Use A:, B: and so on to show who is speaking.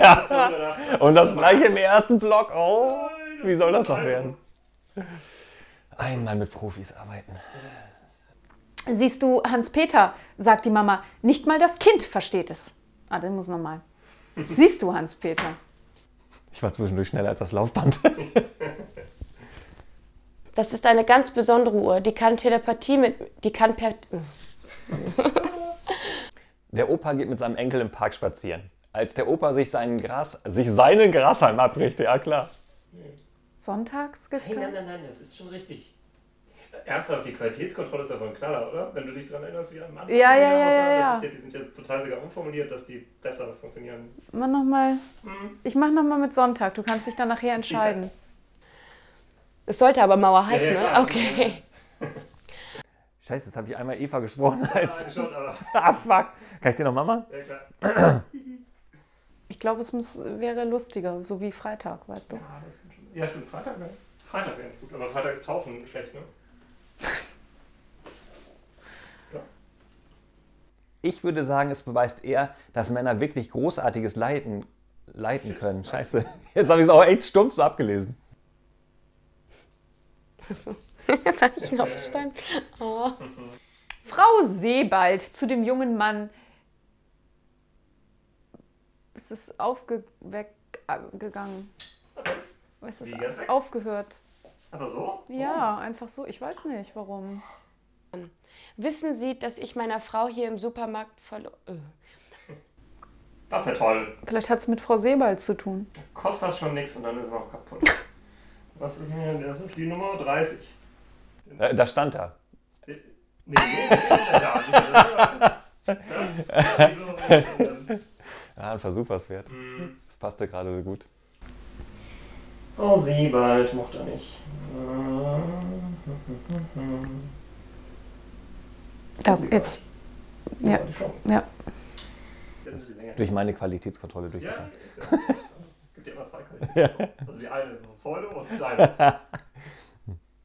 A: Ja. Und das gleiche im ersten Vlog. Oh, wie soll das noch werden? Einmal mit Profis arbeiten.
B: Siehst du, Hans-Peter, sagt die Mama, nicht mal das Kind versteht es. Ah, den muss nochmal. Siehst du, Hans-Peter?
A: Ich war zwischendurch schneller als das Laufband.
C: Das ist eine ganz besondere Uhr. Die kann Telepathie mit. Die kann per.
A: Der Opa geht mit seinem Enkel im Park spazieren. Als der Opa sich seinen Gras, sich seinen Grashalm abbricht, ja klar.
B: Sonntags
D: Nein, nein,
B: getan?
D: nein, nein, das ist schon richtig. Ernsthaft, die Qualitätskontrolle ist einfach ein Knaller, oder? Wenn du dich daran erinnerst, wie am Anfang
B: Ja, ja,
D: die
B: ja,
D: Aussagen,
B: ja,
D: das
B: ja.
D: Ist ja. Die sind jetzt total sogar umformuliert, dass die besser funktionieren.
B: Mach noch mal.
D: Mhm.
B: Ich mache nochmal mit Sonntag. Du kannst dich dann nachher entscheiden.
C: Es sollte aber Mauer heißen,
D: Ja, ja,
C: oder?
D: klar.
C: Okay.
A: Scheiße, jetzt habe ich einmal Eva gesprochen als.
D: Nein, schon, aber.
A: Ah, fuck. Kann ich den nochmal machen?
D: Ja, klar.
B: Ich glaube, es muss, wäre lustiger, so wie Freitag, weißt du.
D: Ja, das kann schon- Ja, stimmt, Freitag wäre. Freitag wäre gut, aber Freitag ist Taufen schlecht, ne?
A: Ich würde sagen, es beweist eher, dass Männer wirklich großartiges Leiden leiten können. Scheiße. Jetzt habe ich es auch echt stumpf so abgelesen.
C: Achso. Also, Jetzt habe ich ihn aufgestanden. Oh.
B: Frau Sebald zu dem jungen Mann. Es ist aufgegangen. Es ist
D: Wie, ganz weg? Oh.
B: aufgehört.
D: Aber so?
B: Ja, einfach so. Ich weiß nicht, warum.
C: Wissen Sie, dass ich meiner Frau hier im Supermarkt verlor. Äh.
D: Das ist ja toll.
B: Vielleicht hat es mit Frau Sebald zu tun.
D: Kostet das schon nichts und dann ist man auch kaputt. Was ist denn hier? Das ist die Nummer 30.
A: Äh, Da, da stand da.
D: Nee, nee, nee, also, nee, Das das- wieso?
A: Ja, ein Versuch was wert. Das passte gerade so gut.
D: Hm. So, Siebald mochte er nicht.
B: Da, jetzt. Ja, ja.
D: Das ist die Länge.
A: Durch meine Qualitätskontrolle durch.
D: Ja, ist ja- es gibt ja immer zwei Qualitäten. Also die eine ist so Pseudo und deine.